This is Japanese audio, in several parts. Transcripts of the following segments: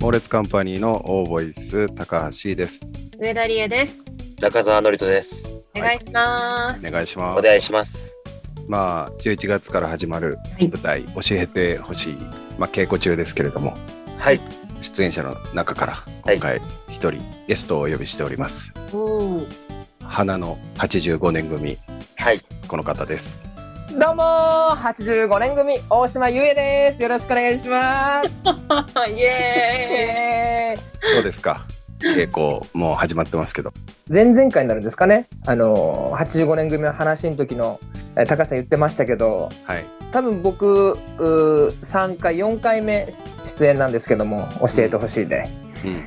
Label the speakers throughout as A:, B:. A: モーレツカンパニーのオーボイス高橋です。
B: 上田理恵です。
C: 中澤のりとです。
B: お願いします。
A: お願いしま
C: お
A: す。
C: 願いします。
A: まあ11月から始まる
B: い
A: 舞台、教えてほしい、まあ稽古中ですけれども、
C: はい。
A: 出演者の中から
C: はい
A: 今回一人ゲストをお呼びしております。
B: おー
A: 花の85年組
C: はい。
A: この方です。
D: どうもー、85年組大島優也です。よろしくお願いします。
B: イエ
D: えー
A: どうです か。稽古もう始まってますけど。
D: 前々回になるんですかね。あのー、85年組の話の時のえー高橋さん言ってましたけど、
A: はい。
D: 多分僕うー3回4回目出演なんですけども、教えてほしいで。
A: うん。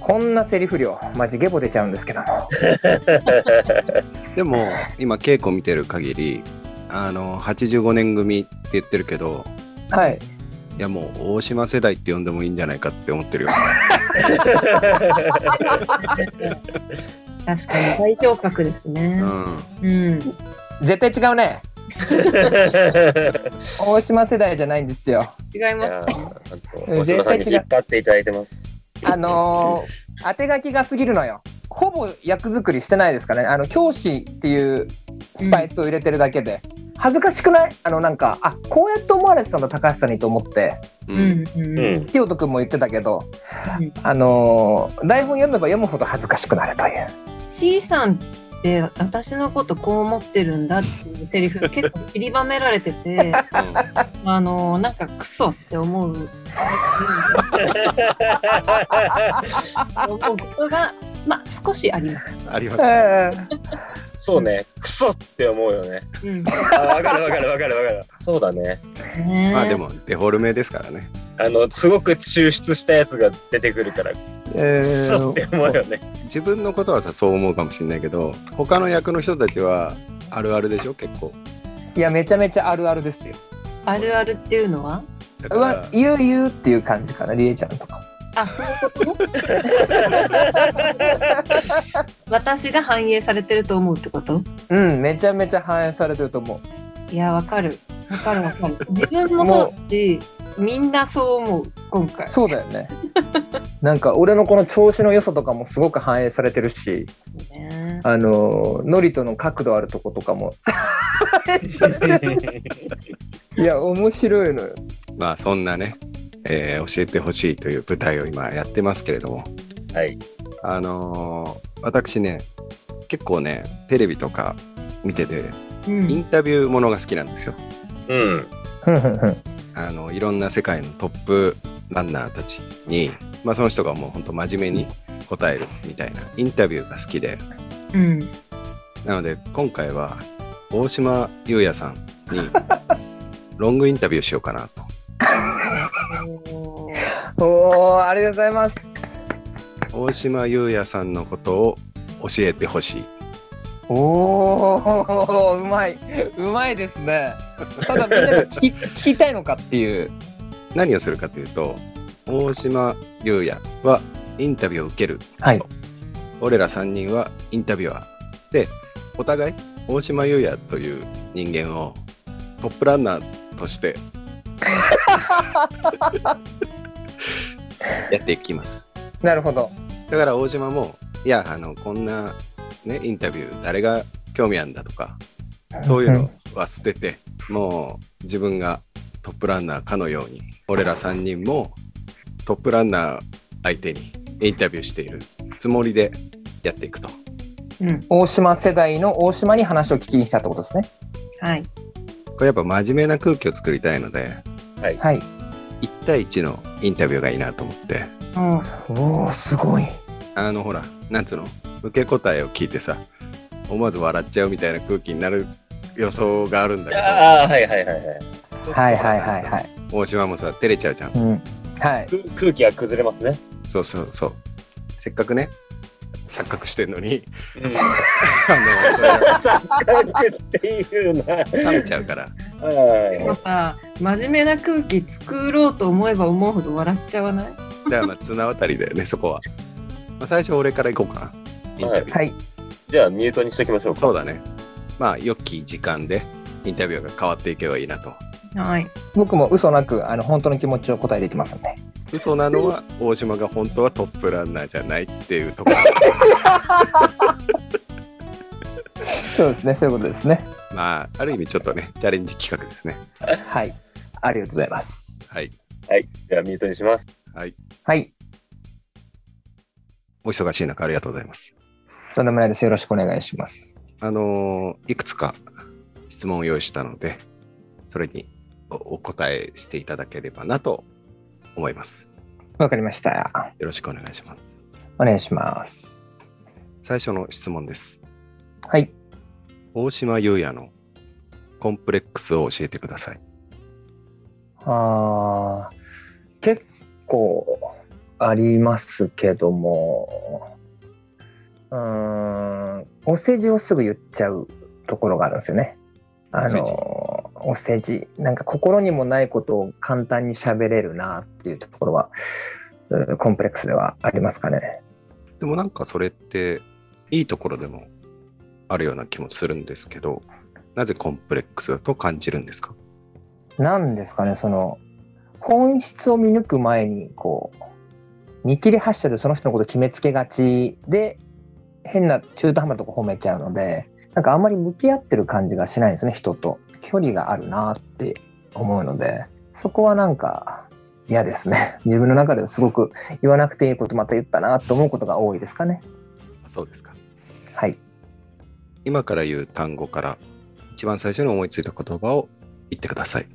D: こんなセリフ量、マジゲボ出ちゃうんですけども。
A: でも今稽古見てる限り、あの85年組って言ってるけど、
D: はい。
A: いやもう大島世代って呼んでもいいんじゃないかって思ってるよ。
B: ーイ。確かに代表格ですね
A: う。ん。
B: うん。
D: 絶対違うね。大島世代じゃないんですよ。
B: 違い
C: い
B: ま
C: や
B: す。
C: ー本当大島さんに引っ張っていただいてます。
D: あのー、当て書きが過ぎるのよ。ほぼ役作りしてないですからね。あの教師っていうスパイスを入れてるだけで、恥ずかしくない？あのなんかあこうやって思われてたんだ高橋さんにと思って、
A: う。
B: うんんうん
C: う
B: うん
C: ん。
D: 清人君も言ってたけど、
B: うん
D: あのー台本読めば読むほど恥ずかしくなるという。
B: C さんって私のことこう思ってるんだっていうセリ フ結構散りばめられててあのなんかクソって思う思うことがまあ少しありま
A: あります、ね。
D: え
C: そうね。クソって思うよね。
B: す。うん
C: あわかるわかるわかるわかる。そうだね。
B: ね
A: まあでもデフォルメですからね。
C: あの、すごく抽出したやつが出てくるから、ク
D: え
C: ソって思うよ ね。
A: 自分のことはさそう思うかもしれないけど、他の役の人たちはあるあるでしょ結構。
D: いやめちゃめちゃあるあるですよ。
B: あるあるっていうのは
A: だ
D: うわ
A: か
D: ゆうゆうっていう感じかなりえちゃんとか。
B: あ、そういうこと 私が反映されてると思うってこと
D: うんめちゃめちゃ反映されてると思う。
B: いや、わかる。わかるわ かる。自分もそうだし、みんなそう思う、今回。
D: そうだよね。なんか俺のこの調子の良さとかもすごく反映されてるし、
B: ね
D: あのノリとの角度あるとことかも。いや面白いのよ。
A: らまあそんなね、えー教えてほしいという舞台を今やってますけれども、
C: はい。
A: あのー私ね結構ねテレビとか見てて
B: う
A: イン
B: ん。
A: タビューものが好きなんですよ。
C: うん。
A: あのいろんな世界のトップランナーたちに、まあ、その人がもう本当真面目に答えるみたいなインタビューが好きで
B: うん。
A: なので今回は大島優也さんにロングインタビューしようかなと
B: おー
D: おーありがとうございます。
A: 大島優也さんのことを教えてほしい
D: おおうまいうまいですね。ただみんなが聞き 聞きたいのかっていう。
A: 何をするかというと大島優也はインタビューを受ける人、
D: はい
A: 俺ら3人はインタビュアーでお互い大島優也という人間をトップランナーとして やっていきます
D: なるほど。
A: だから大島もいやあのこんな、ね、インタビュー誰が興味あるんだとかそういうのは捨てて、もう自分がトップランナーかのように、俺ら3人もトップランナー相手にインタビューしているつもりでやっていくと。
B: うん。
D: 大島世代の大島に話を聞きに来たってことですね。
B: はい。
A: これやっぱ真面目な空気を作りたいので、
D: はい。
A: 1対1のインタビューがいいなと思って、
B: うん。
D: おおすごい。
A: あのほら、なんつうの、受け答えを聞いてさ、思わず笑っちゃうみたいな空気になる予想があるんだ
C: ああ、はいはいはいはい。
A: けど、。
D: はいはいはいはいい。
A: 大島もさ、照れちゃうじゃん
D: う。ん。はい。
C: く空気が崩れますね。
A: そうそうそう。せっかくね、錯覚してんのに、
C: うん。
A: あの、それが
C: っていうな。
A: 冷めちゃうから。
B: でもさ、真面目な空気作ろうと思えば思うほど笑っちゃわない
A: だからまあ、綱渡りだよね、そこは。まあ、最初俺から行こうかな。インタビュー。
D: はい。
C: じゃあミュートにしときましょうか。
A: そうだね。まあ、良き時間でインタビューが変わっていけばいいなと。
B: はい。
D: 僕も嘘なくあの本当の気持ちを答えていきますんで。
A: 嘘なのは大島が本当はトップランナーじゃないっていうところ
D: そうですね、そういうことですね。
A: まあある意味ちょっとねチャレンジ企画ですね
D: はい。ありがとうございます。
A: はい
C: はい。じゃあ、ミュートにします。
A: はい
D: はい。
A: お忙しい中ありがとうございます
D: とんでもないです。よろしくお願いします。
A: あのーいくつか質問を用意したのでそれにおお答えしていただければなと思います
D: わかりました。
A: よろしくお願いします
D: お願いします。
A: 最初の質問です
D: はい。
A: 大島優也のコンプレックスを教えてください
D: あー結構ありますけどもうーんお世辞をすぐ言っちゃうところがあるんですよね。あのお世辞なんか心にもないことを簡単に喋れるなっていうところはうんコンプレックスではありますかね。
A: でもなんかそれっていいところでもあるような気もするんですけど、なぜコンプレックスだと感じるんですか
D: なんですかねその本質を見抜く前にこう見切り発車でその人のこと決めつけがちで変な中途半端なとこ褒めちゃうのでなんかあんまり向き合ってる感じがしないんですね人と距離があるなって思うのでそこはなんか嫌ですね自分の中ではすごく言わなくていいことまた言ったなと思うことが多いですかね
A: そうですか。
D: はい
A: 今から言う単語から一番最初に思いついた言葉を言ってください。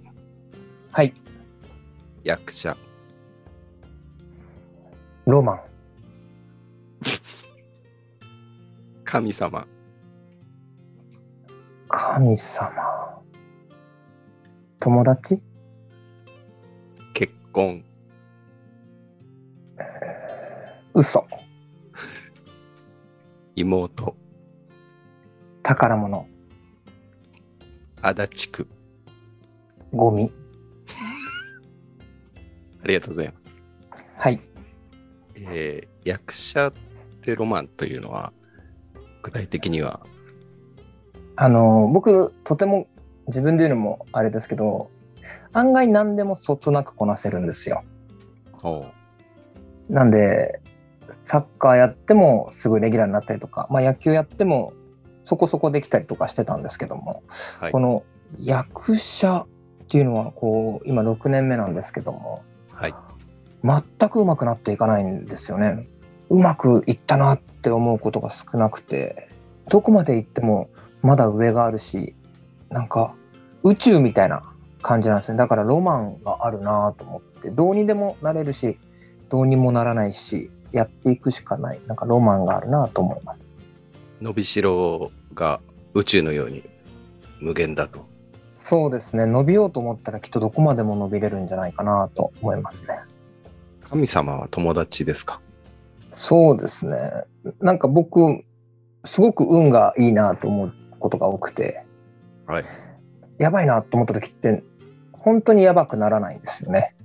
D: はい
A: 役者、
D: ロマン
A: 神様、
D: 神様友達
A: 結婚、
D: 嘘
A: 妹、
D: 宝物
A: 足立区。
D: ゴミ
A: ありがとうございます。
D: はい
A: えー役者ってロマンというのは具体的には、
D: あの僕とても自分で言うのもあれですけど案外何でもそつなくこなせるんですよ
A: ほ
D: なんでサッカーやってもすぐレギュラーになったりとか、まあ、野球やってもそこそこできたりとかしてたんですけども、
A: うはい
D: こ。の役者っていうのはこう今6年目なんですけども
A: はい。
D: 全くうまくなっていかないんですよねうまくいったなって思うことが少なくてどこまで行ってもまだ上があるしなんか宇宙みたいな感じなんですねだからロマンがあるなと思ってどうにでもなれるしどうにもならないしやっていくしかないなんかロマンがあるなと思います
A: 伸びしろが宇宙のように無限だと。
D: そうですね伸びようと思ったらきっとどこまでも伸びれるんじゃないかなと思いますね
A: 神様は友達ですか
D: そうですね。なんか僕、すごく運がいいなと思うことが多くて、
A: はい。
D: やばいなと思った時って、本当にやばくならないんですよね。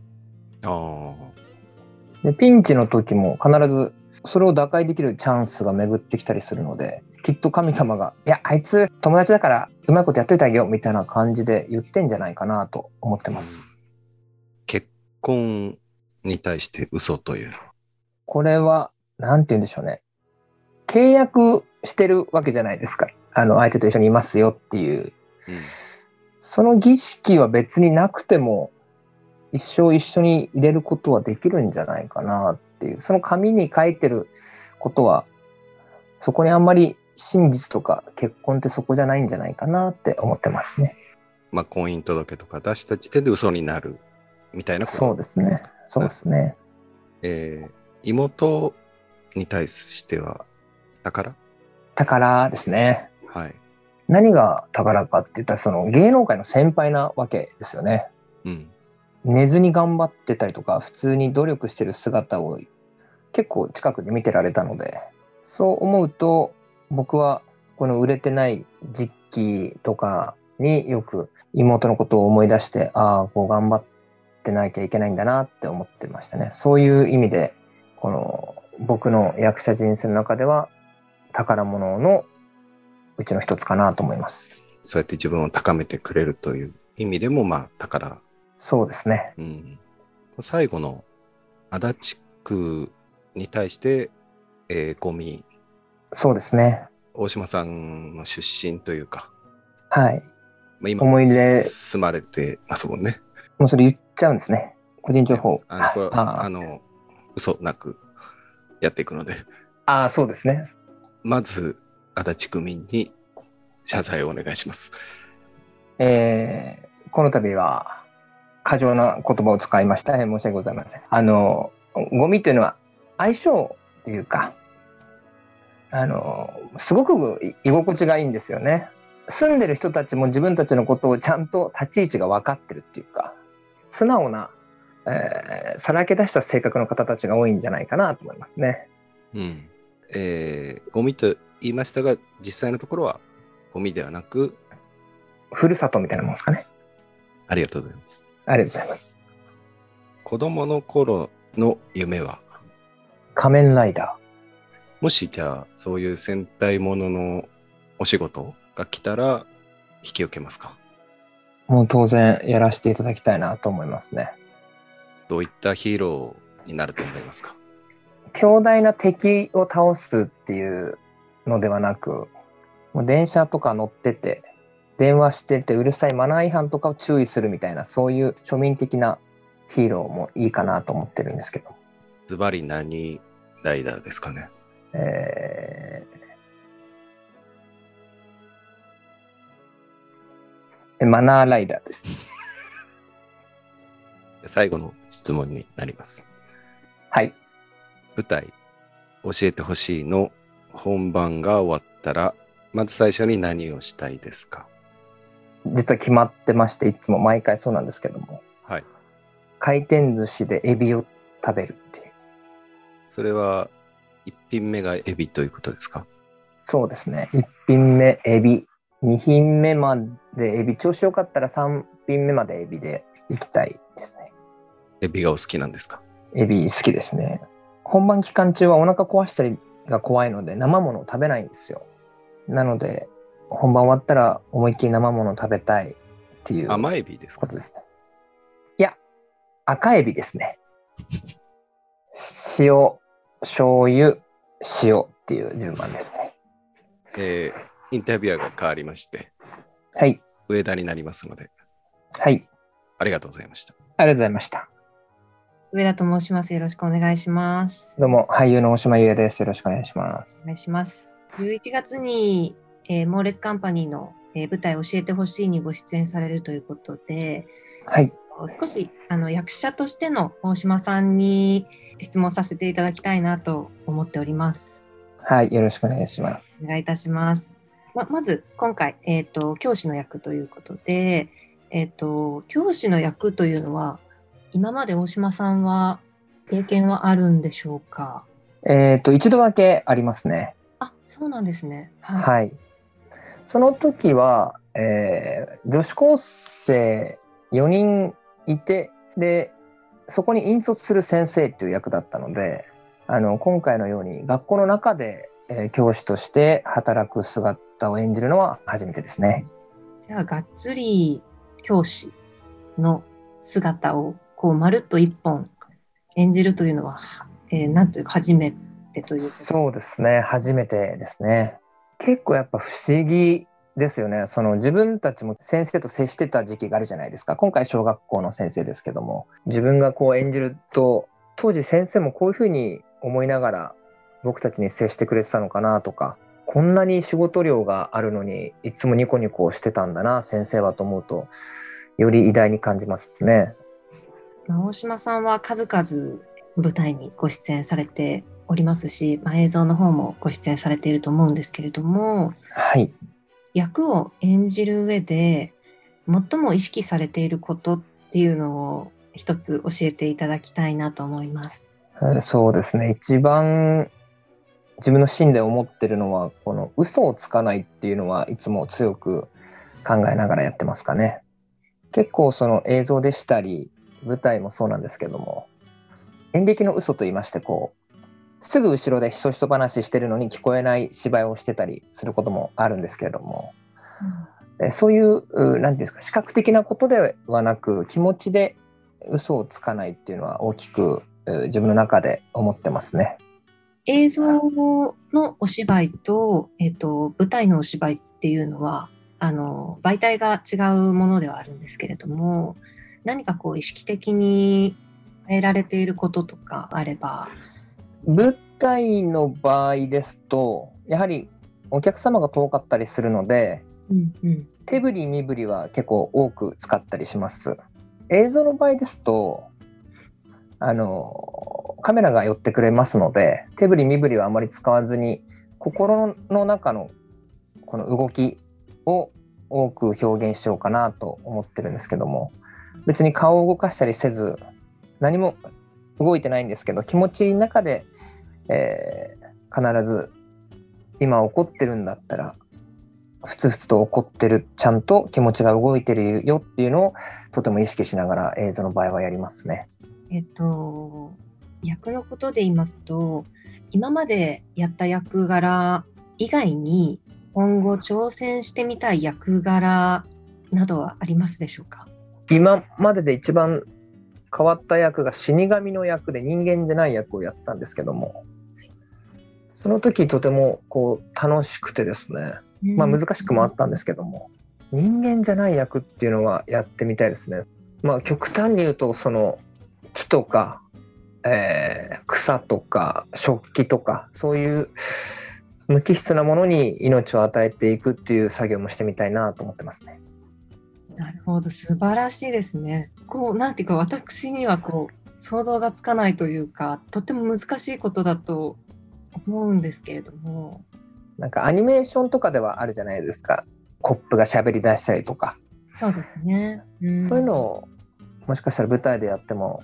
A: ああ。
D: で、ピンチの時も必ずそれを打開できるチャンスが巡ってきたりするので、きっと神様が、いや、あいつ友達だからうまいことやっといてあげようみたいな感じで言ってんじゃないかなと思ってます。
A: 結婚に対して嘘という。
D: これは、なんて言うんでしょうね。契約してるわけじゃないですか。あの、相手と一緒にいますよっていうその儀式は別になくても一生一緒に入れることはできるんじゃないかなっていうその紙に書いてることはそこにあんまり真実とか結婚ってそこじゃないんじゃないかなって思ってますね。
A: まあ、婚姻届とか出した時点で嘘になるみたいなこと
D: そうですね。そうですね。
A: えー妹に対しては、宝
D: 宝ですね。
A: はい。
D: 何が宝かって言ったらその芸能界の先輩なわけですよね。
A: うん。
D: 寝ずに頑張ってたりとか普通に努力してる姿を結構近くで見てられたのでそう思うと僕はこの売れてない実機とかによく妹のことを思い出してああこう頑張ってなきゃいけないんだなって思ってましたねそういう意味でこの僕の役者人生の中では宝物のうちの一つかなと思います
A: そうやって自分を高めてくれるという意味でも、まあ、宝。
D: そうですね
A: うん。最後の、足立区に対して、えーゴミ、
D: そうですね。
A: 大島さんの出身というか、
D: はい。
A: まあ、今
D: 思い出
A: 住まれてますもんね。
D: もうそれ言っちゃうんですね。個人情報。
A: あのこれ
D: あ
A: あの嘘なくやっていくので、
D: ああ、そうですね。
A: まず足立区民に謝罪をお願いします。
D: えーこの度は過剰な言葉を使いました。大変申し訳ございません。あの、ゴミというのは相性というか、あの、すごく居居心地がいいんですよね。住んでる人たちも自分たちのことをちゃんと立ち位置が分かってるっていうか、素直な、えーさらけ出した性格の方たちが多いんじゃないかなと思いますね。
A: うんえーゴミと言いましたが、実際のところはゴミではなく、
D: ふるさとみたいなもんですかね。
A: ありがとうございます。
D: ありがとうございます。
A: 子供の頃の夢は、
D: 仮面ライダ
A: もしじゃあそういう戦隊もののお仕事が来たら引き受けますか
D: ー。もう当然やらせていただきたいなと思いますね。
A: どういったヒーローになると思いますか
D: 強大な敵を倒すっていうのではなくもう電車とか乗ってて電話しててうるさいマナー違反とかを注意するみたいなそういう庶民的なヒーローもいいかなと思ってるんですけど、
A: ズバリ何ライダーですかね
D: えーマナーライダーです。
A: 最後の質問になります。
D: はい。
A: 舞台、教えてほしいの本番が終わったら、まず最初に何をしたいですか
D: 実は決まってましていつも毎回そうなんですけども
A: はい。
D: 回転寿司でエビを食べるっていう
A: それは、一品目がエビということですか
D: そうですね。1品目、エビ。2品目までエビ。調子よかったら3品目までエビでいきたいですね。
A: エビがお好きなんですか
D: エビ好きですね。本番期間中はお腹壊したりが怖いので生ものを食べないんですよ。なので、本番終わったら思いっきり生ものを食べたいっていうこ
A: 甘エビですか
D: とですね。いや、赤エビですね。塩、醤油、塩っていう順番ですね。
A: えーインタビュアーが変わりまして、
D: はい。
A: 上田になりますので、
D: はい。
A: ありがとうございました。
D: ありがとうございました。
B: 上田と申します。よろしくお願いします。
D: どうも、俳優の大島優也です。よろしくお願いしま
B: お
D: す
B: 願。いします。11月に、えー、猛烈カンパニーの、えー舞台教えてほしいにご出演されるということで、
D: はい、
B: 少しあの役者としての大島さんに質問させていただきたいなと思っております。
D: はい、よろしくお願いします。
B: お願いいたします。ままず今回、えー、と教師の役ということで、えー、と教師の役というのは今まで大島さんは経験はあるんでしょうか
D: えっ、と、一度だけありますね。
B: あそうなんですね。はい
D: はい。その時は、えー女子高生4人いて、で、そこに引率する先生っていう役だったので、あの、今回のように学校の中で、えー教師として働く姿を演じるのは初めてですね。
B: じゃあがっつり教師の姿をこうまるっと一本演じるというのは、はえーなんというか初めてというか
D: そうですね初めてですね結構やっぱ不思議ですよねその自分たちも先生と接してた時期があるじゃないですか今回小学校の先生ですけども自分がこう演じると当時先生もこういうふうに思いながら僕たちに接してくれてたのかなとかこんなに仕事量があるのにいつもニコニコしてたんだな先生はと思うとより偉大に感じますね。
B: まあ大島さんは数々舞台にご出演されておりますし、まあ、映像の方もご出演されていると思うんですけれども
D: はい
B: 役を演じる上で最も意識されていることっていうのを一つ教えていただきたいなと思います。
D: えーそうですね一番自分の芯で思ってるのはこの嘘をつかないっていうのはいつも強く考えながらやってますかね結構その映像でしたり舞台もそうなんですけども演劇の嘘と言いましてこうすぐ後ろでひそひそ話してるのに聞こえない芝居をしてたりすることもあるんですけれどもえーそういううなんていうんですか視覚的なことではなく気持ちで嘘をつかないっていうのは大きくえー自分の中で思ってますね。
B: 映像のお芝居と,、えっと舞台のお芝居っていうのはあの媒体が違うものではあるんですけれども何かこう意識的に変えられていることとかあれば、
D: 舞台の場合ですとやはりお客様が遠かったりするので
B: うんうん
D: 手振り身振りは結構多く使ったりします映像の場合ですとあのカメラが寄ってくれますので手振り身振りはあまり使わずに心の中のこの動きを多く表現しようかなと思ってるんですけども別に顔を動かしたりせず何も動いてないんですけど気持ちの中で、えー必ず今怒ってるんだったらふつふつと怒ってるちゃんと気持ちが動いてるよっていうのをとても意識しながら映像の場合はやりますね。
B: えっと役のことで言いますと今までやった役柄以外に今後挑戦してみたい役柄などはありますでしょうか
D: 今までで一番変わった役が死神の役で人間じゃない役をやったんですけどもその時とてもこう楽しくてですねまあ難しくもあったんですけども、人間じゃない役っていうのはやってみたいですね。まあ極端に言うとその木とか、えー草とか食器とかそういう無機質なものに命を与えていくっていう作業もしてみたいなと思ってますね。
B: なるほど素晴らしいですね。こうなんていうか私にはこう想像がつかないというかとっても難しいことだと思うんですけれども
D: なんかアニメーションとかではあるじゃないですか。コップが喋り出したりとか、
B: そうですね。ん
D: そういうのをもしかしたら舞台でやっても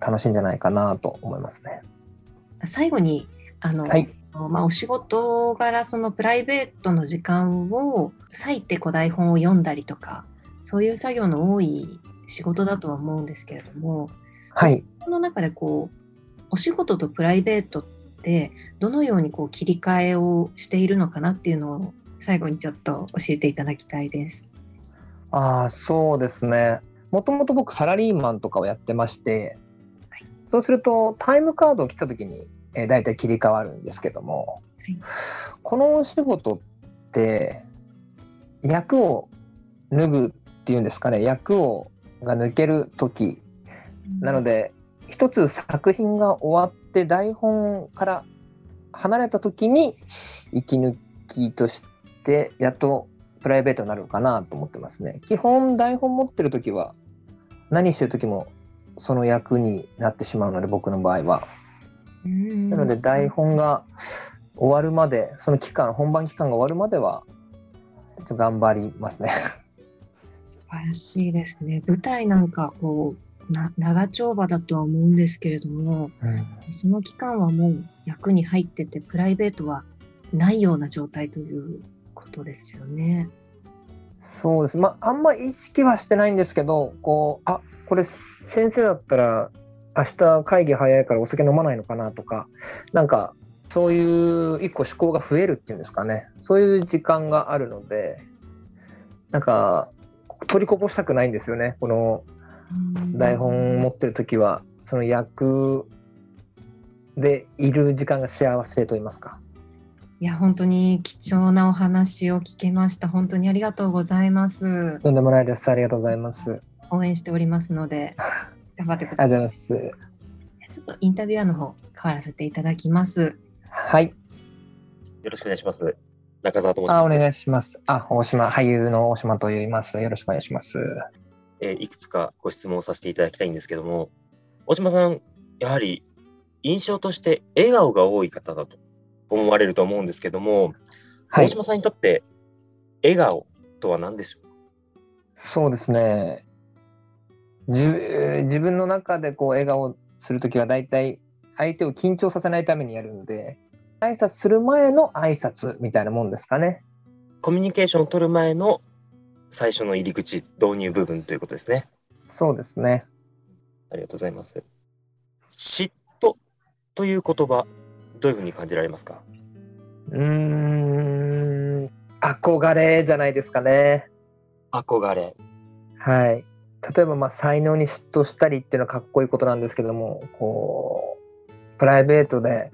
D: 楽しいんじゃないかなと思いますね。
B: 最後にあの、
D: はい。
B: まあ、お仕事柄そのプライベートの時間を割いてこう台本を読んだりとかそういう作業の多い仕事だとは思うんですけれども
D: はい。
B: その中でこうお仕事とプライベートってどのようにこう切り替えをしているのかなっていうのを最後にちょっと教えていただきたいです。
D: ああそうですねもともと僕サラリーマンとかをやってまして、
B: はい
D: そうするとタイムカードを切った時に、えー、大体切り替わるんですけども、
B: はい
D: このお仕事って役を脱ぐっていうんですかね役をが抜ける時なの
B: で
D: で一つ作品が終わって台本から離れた時に息抜きとしてやっとプライベートになるのかなと思ってますね。基本台本持ってる時は何してる時もその役になってしまうので僕の場合は。な
B: な
D: ので台本が終わるまでその期間本番期間が終わるまではちょっと頑張りますね。
B: 素晴らしいですね。舞台なんかこうな長丁場だとは思うんですけれどもその期間はもう役に入っててプライベートはないような状態ということですよね。
D: そうですまああんま意識はしてないんですけどこうあこれ先生だったら明日会議早いからお酒飲まないのかなとかなんかそういう一個思考が増えるっていうんですかねそういう時間があるのでなんか取りこぼしたくないんですよねこの台本持ってる時はその役でいる時間が幸せと言いますか。
B: いや本当に貴重なお話を聞けました。本当にありがとうございます。
D: とんでもないですありがとうございます。あり
B: 応援しておりますので頑張ってくださ
D: がとうございます。
B: い。ちょっとインタビュアーの方変わらせていただきます。
D: はい
C: よろしくお願いします。中澤と申し
D: あ、
C: ま
D: お
C: す。
D: 願いします。あ、大島、俳優の大島と言います。よろしくお願いします。
C: えーいくつかご質問をさせていただきたいんですけども、大島さん、やはり印象として笑顔が多い方だと思われると思うんですけども、
D: はい
C: 大、島さんにとって笑顔とは何でしょう
D: そうですね。じゅ自分の中でこう笑顔するときは大体相手を緊張させないためにやるので、挨拶する前の挨拶みたいなもんですかね。
C: コミュニケーションを取る前の最初の入り口、導入部分ということですね。
D: そうですね。
C: ありがとうございます。嫉妬という言葉、どういうふうに感じられますか
D: うーん、憧れじゃないですかね。
C: 憧れ。
D: はい。例えばまあ才能に嫉妬したりっていうのはかっこいいことなんですけどもこうプライベートで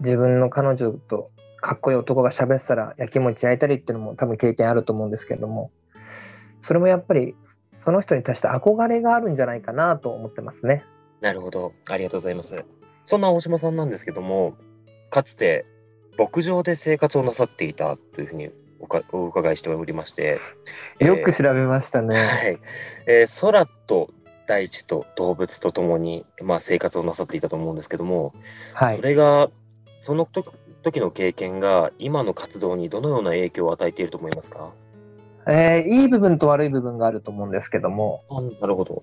D: 自分の彼女とかっこいい男が喋ってたらやきもち焼いたりっていうのも多分経験あると思うんですけどもそれもやっぱりその人に対して憧れがあるんじゃないかなと思ってますね。
C: なるほど。ありがとうございます。そんな大島さんなんですけども、かつて牧場で生活をなさっていたというふうにおかお伺いしておりまして、
D: よく調べましたね。
C: はい、えー空と大地と動物とともに、まあ、生活をなさっていたと思うんですけども、
D: はい
C: それがその時時の経験が今の活動にどのような影響を与えていると思いますか
D: えーいい部分と悪い部分があると思うんですけども
C: あなるほど。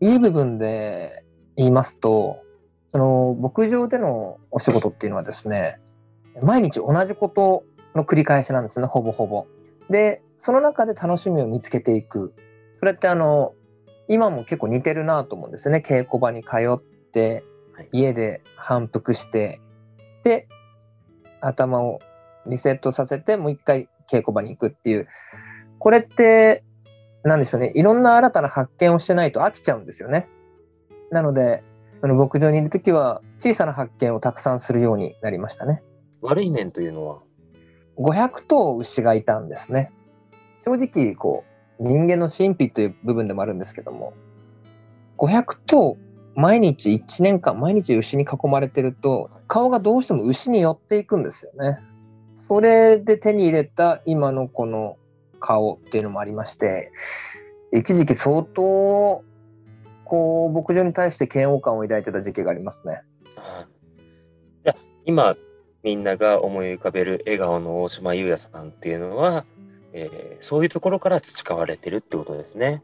D: いい部分で言いますとその牧場でのお仕事っていうのはですね毎日同じことの繰り返しなんですねほぼほぼ。でその中で楽しみを見つけていくそれってあの今も結構似てるなと思うんですよね稽古場に通って
C: はい
D: 家で反復してで頭をリセットさせてもう一回稽古場に行くっていうこれってなんでしょうねいろんな新たな発見をしてないと飽きちゃうんですよね。なのでその牧場にいる時は小さな発見をたくさんするようになりましたね。
C: 悪い面というのは、
D: 500頭牛がいたんですね。正直こう人間の神秘という部分でもあるんですけども500頭毎日1年間毎日牛に囲まれてると顔がどうしても牛に寄っていくんですよね。それで手に入れた今のこの顔っていうのもありまして一時期相当こう牧場に対して嫌悪感を抱いてた時期がありますね。
C: あいや今みんなが思い浮かべる笑顔の大島優也さんっていうのは、えーそういうところから培われてるってことですね。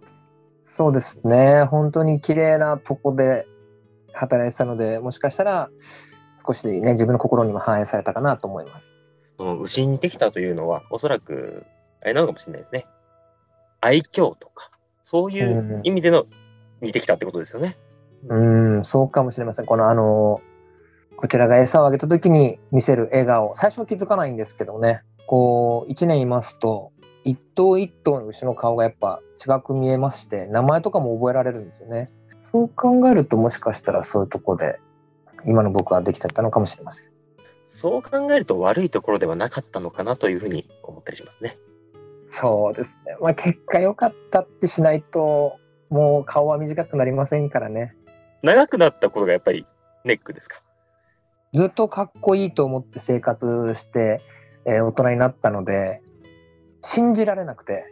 D: そうですね、本当に綺麗なとこで働いてたので、もしかしたら少しね、自分の心にも反映されたかなと思います。
C: その牛にできたというのはおそらくあれなのかもしれないですね。愛嬌とかそうい
D: ん
C: う意味での似てきたってことですよね。
D: うん、そうかもしれません。このあの、こちらが餌をあげた時に見せる笑顔、最初は気づかないんですけどね、こう、1年いますと、一頭一頭の牛の顔がやっぱ違く見えまして、名前とかも覚えられるんですよね。そう考えると、もしかしたらそういうとこで、今の僕はできてたのかもしれません。
C: そう考えると悪いところではなかったのかなというふうに思ったりしますね。
D: そうですね。まあ、結果良かったってしないと、もう顔は短くなりませんからね。
C: 長くなったことがやっぱりネックですか。
D: ずっとかっこいいと思って生活して、えー大人になったので、信じられなくて。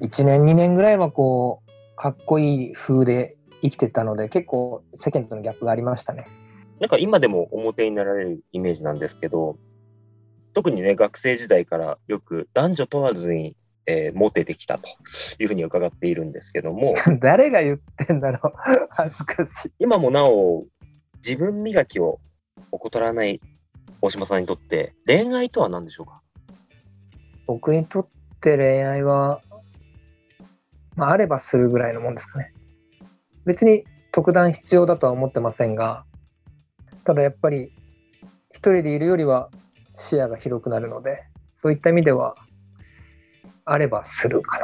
D: 1年、2年ぐらいはこう、かっこいい風で生きてたので、結構世間とのギャップがありましたね。
C: なんか今でも表になられるイメージなんですけど、特にね、学生時代からよく男女問わずに、えーモテてきたというふうに伺っているんですけども、
D: 誰が言ってんだろう。恥ずかしい。
C: 今もなお自分磨きを怠らない大島さんにとって恋愛とは何でしょうか
D: 僕にとって恋愛は、まあ、あればするぐらいのもんですかね別に特段必要だとは思ってませんがただやっぱり一人でいるよりは視野が広くなるのでそういった意味ではあればするか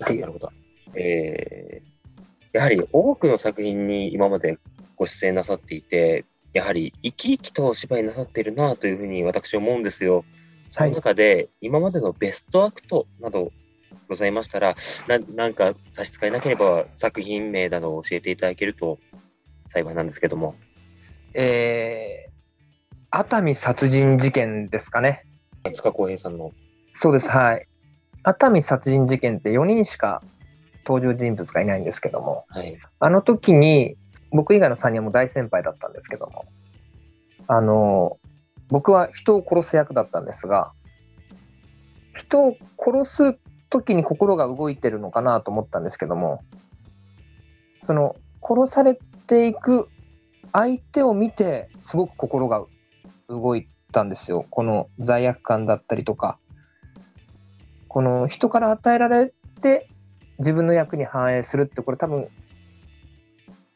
D: なっていう
C: なるほど、えーやはり多くの作品に今までご出演なさっていてやはり生き生きとお芝居なさっているなというふうに私思うんですよそ
D: は
C: の
D: い
C: 中で今までのベストアクトなどございましたらななんか差し支えなければ作品名などを教えていただけると幸いなんですけども
D: えー熱海殺人事件ですかね
C: 塚浩平さんの
D: そうです、はい。熱海殺人事件って4人しか登場人物がいないんですけども、
C: はい
D: あの時に、僕以外の3人はもう大先輩だったんですけども、あの、僕は人を殺す役だったんですが、人を殺す時に心が動いてるのかなと思ったんですけども、その、殺されていく相手を見て、すごく心が動いたんですよ。この罪悪感だったりとか、この人から与えられて自分の役に反映するってこれ多分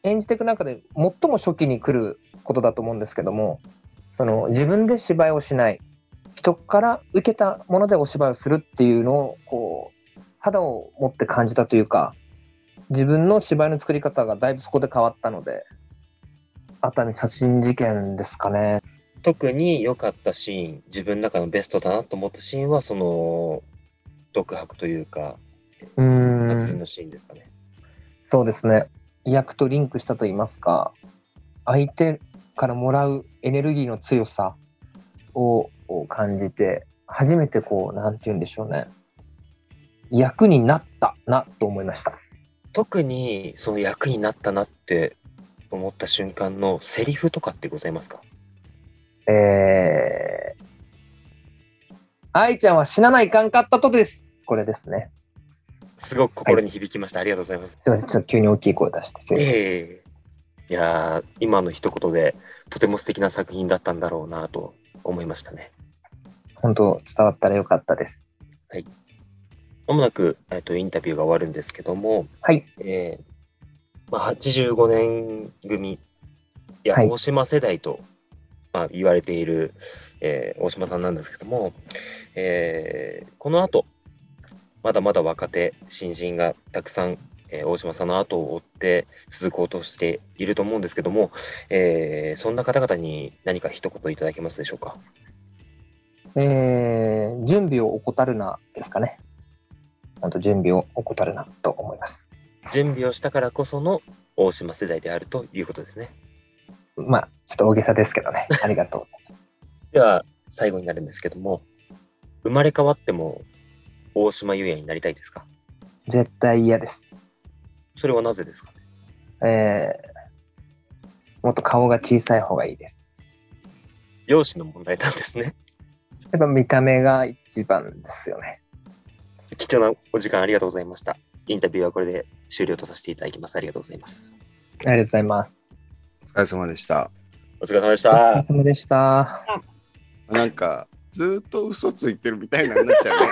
D: 演じていく中で最も初期に来ることだと思うんですけどもその自分で芝居をしない人から受けたものでお芝居をするっていうのをこう肌を持って感じたというか自分の芝居の作り方がだいぶそこで変わったので熱海殺人事件ですかね
C: 特に良かったシーン、自分の中のベストだなと思ったシーンは、その、独白というか、
D: う
C: 殺
D: ー
C: 人
D: ん
C: のシーンですかね。
D: そうですね役とリンクしたと言いますか相手からもらうエネルギーの強さをを感じて初めてこうなんて言うんでしょうね役になったなと思いました
C: 特に、その役になったなって思った瞬間のセリフとかってございますか
D: えー、愛ちゃんは死なないかんかったとです。これですね。
C: すごく心に響きました。ありがとうございます。
D: すいません、ちょっと急に大きい声出して。すいません
C: ええいやー今の一言で、とても素敵な作品だったんだろうなと思いましたね。
D: 本当、伝わったらよかったです。
C: まもなく、えっと、インタビューが終わるんですけども、
D: はい。
C: えーまあ、85年組いや、
D: はい
C: 大島世代と、まあ、言われている、えー大島さんなんですけども、えーこの後まだまだ若手新人がたくさん、えー大島さんの後を追って続こうとしていると思うんですけども、えーそんな方々に何か一言いただけますでしょうか
D: えー、準備を怠るな、ですかね。本当、準備を怠るなと思います。
C: 準備をしたからこその大島世代であるということですね
D: まあ、ちょっと大げさですけど ね。ありがとう。
C: では最後になるんですけども生まれ変わっても大島優也になりたいですか
D: 絶対嫌です。
C: それはなぜですか
D: えー、もっと顔が小さい方がいいです。
C: 容姿の問題なんですね
D: やっぱ見た目が一番ですよね。
C: 貴重なお時間ありがとうございましたインタビューはこれで終了とさせていただきますありがとうございます
D: ありがとうございます。
A: お疲れ様でした。
C: お疲れ様でし
D: お疲れ
C: た
D: 様でした。
A: なんか、ずーっと嘘ついてるみたいなになっちゃうね。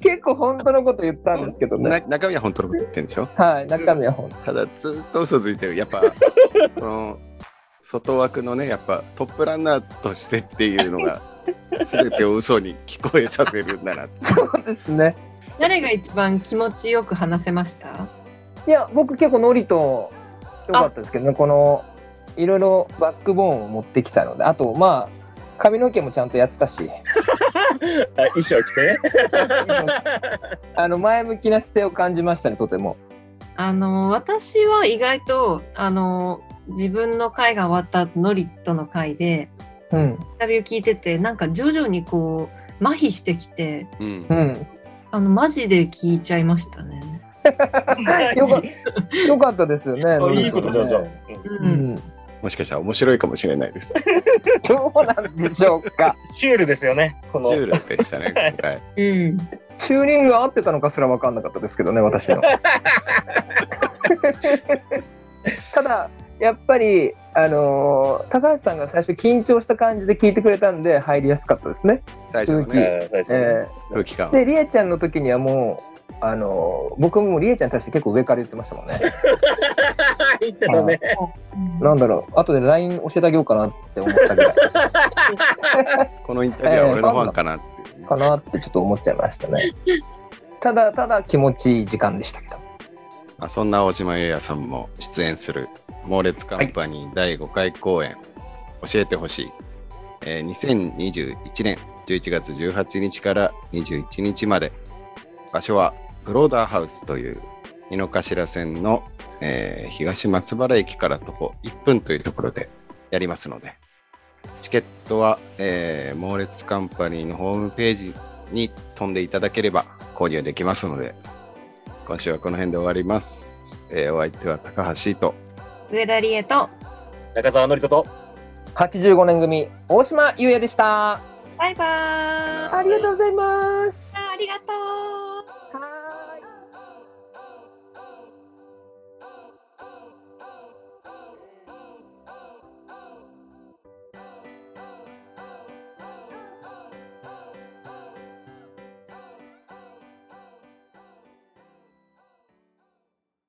D: 結構本当のこと言ったんですけど
A: な
D: ね。
A: 中身は本当のこと言ってるんでしょ
D: はい、中身は本当。
A: ただずっと嘘ついてるやっぱこの外枠のねやっぱトップランナーとしてっていうの が全てを嘘に聞こえさせるんだなって
D: そうですね。
B: 誰が一番気持ちよく話せました
D: いや、僕結構ノリと良かったですけどね、このいろいろバックボーンを持ってきたので、あとまあ髪の毛もちゃんとやって たし、
C: あ衣装 着てね
D: あの前向きな姿勢を感じましたね、とても。
B: あの私は意外とあの自分の会が終わった後ノリとの会で
D: うん、
B: インタビュー聞いててなんか徐々にこう麻痺してきて
A: うん
D: うん、
B: あのマジで聞いちゃいましたね。
D: よか良かったですよね。
C: あ
D: ノリ
C: いいことだじゃん、う
B: う、
C: ん
D: うんん、
A: もしかしたら面白いかもしれないです
D: どうなんでしょうか。
C: シュールですよねこ
A: シ
C: の
A: ュールでしたね今 回
B: うん、
D: チューニングが合ってたのかすら分かんなかったですけどね私 の。ただやっぱり、あのー高橋さんが最初緊張した感じで聞いてくれたんで入りやすかったですね。
A: 最初の
D: ル
A: ね
C: えーそうですね
D: え
A: 空気感
D: ー でりえちゃんの時にはもう、あのー僕もりえちゃんに対して結構上から言ってましたもんね。
C: 言ってたね
D: なんだろう後で LINE 教えてあげようかなって思ったぐらい
A: このインタビューは俺のファンかなっていうね
D: かなってちょっと思っちゃいました ね。ただただ気持ちいい時間でしたけど。
A: まあ、そんな大島優也さんも出演する「猛烈カンパニー第5回公演、教えてほしい」えー2021年11月18日から21日まで場所はブローダーハウスという井の頭線の、えー東松原駅から徒歩1分というところでやりますのでチケットは、えー猛烈カンパニーのホームページに飛んでいただければ購入できますので今週はこの辺で終わります。えーお相手は高橋と。
B: 上田理恵と
C: 中澤のりとと
D: 85年組大島優也でした。
B: バイバーイ
A: ありがと
D: うございます。
B: ありがとう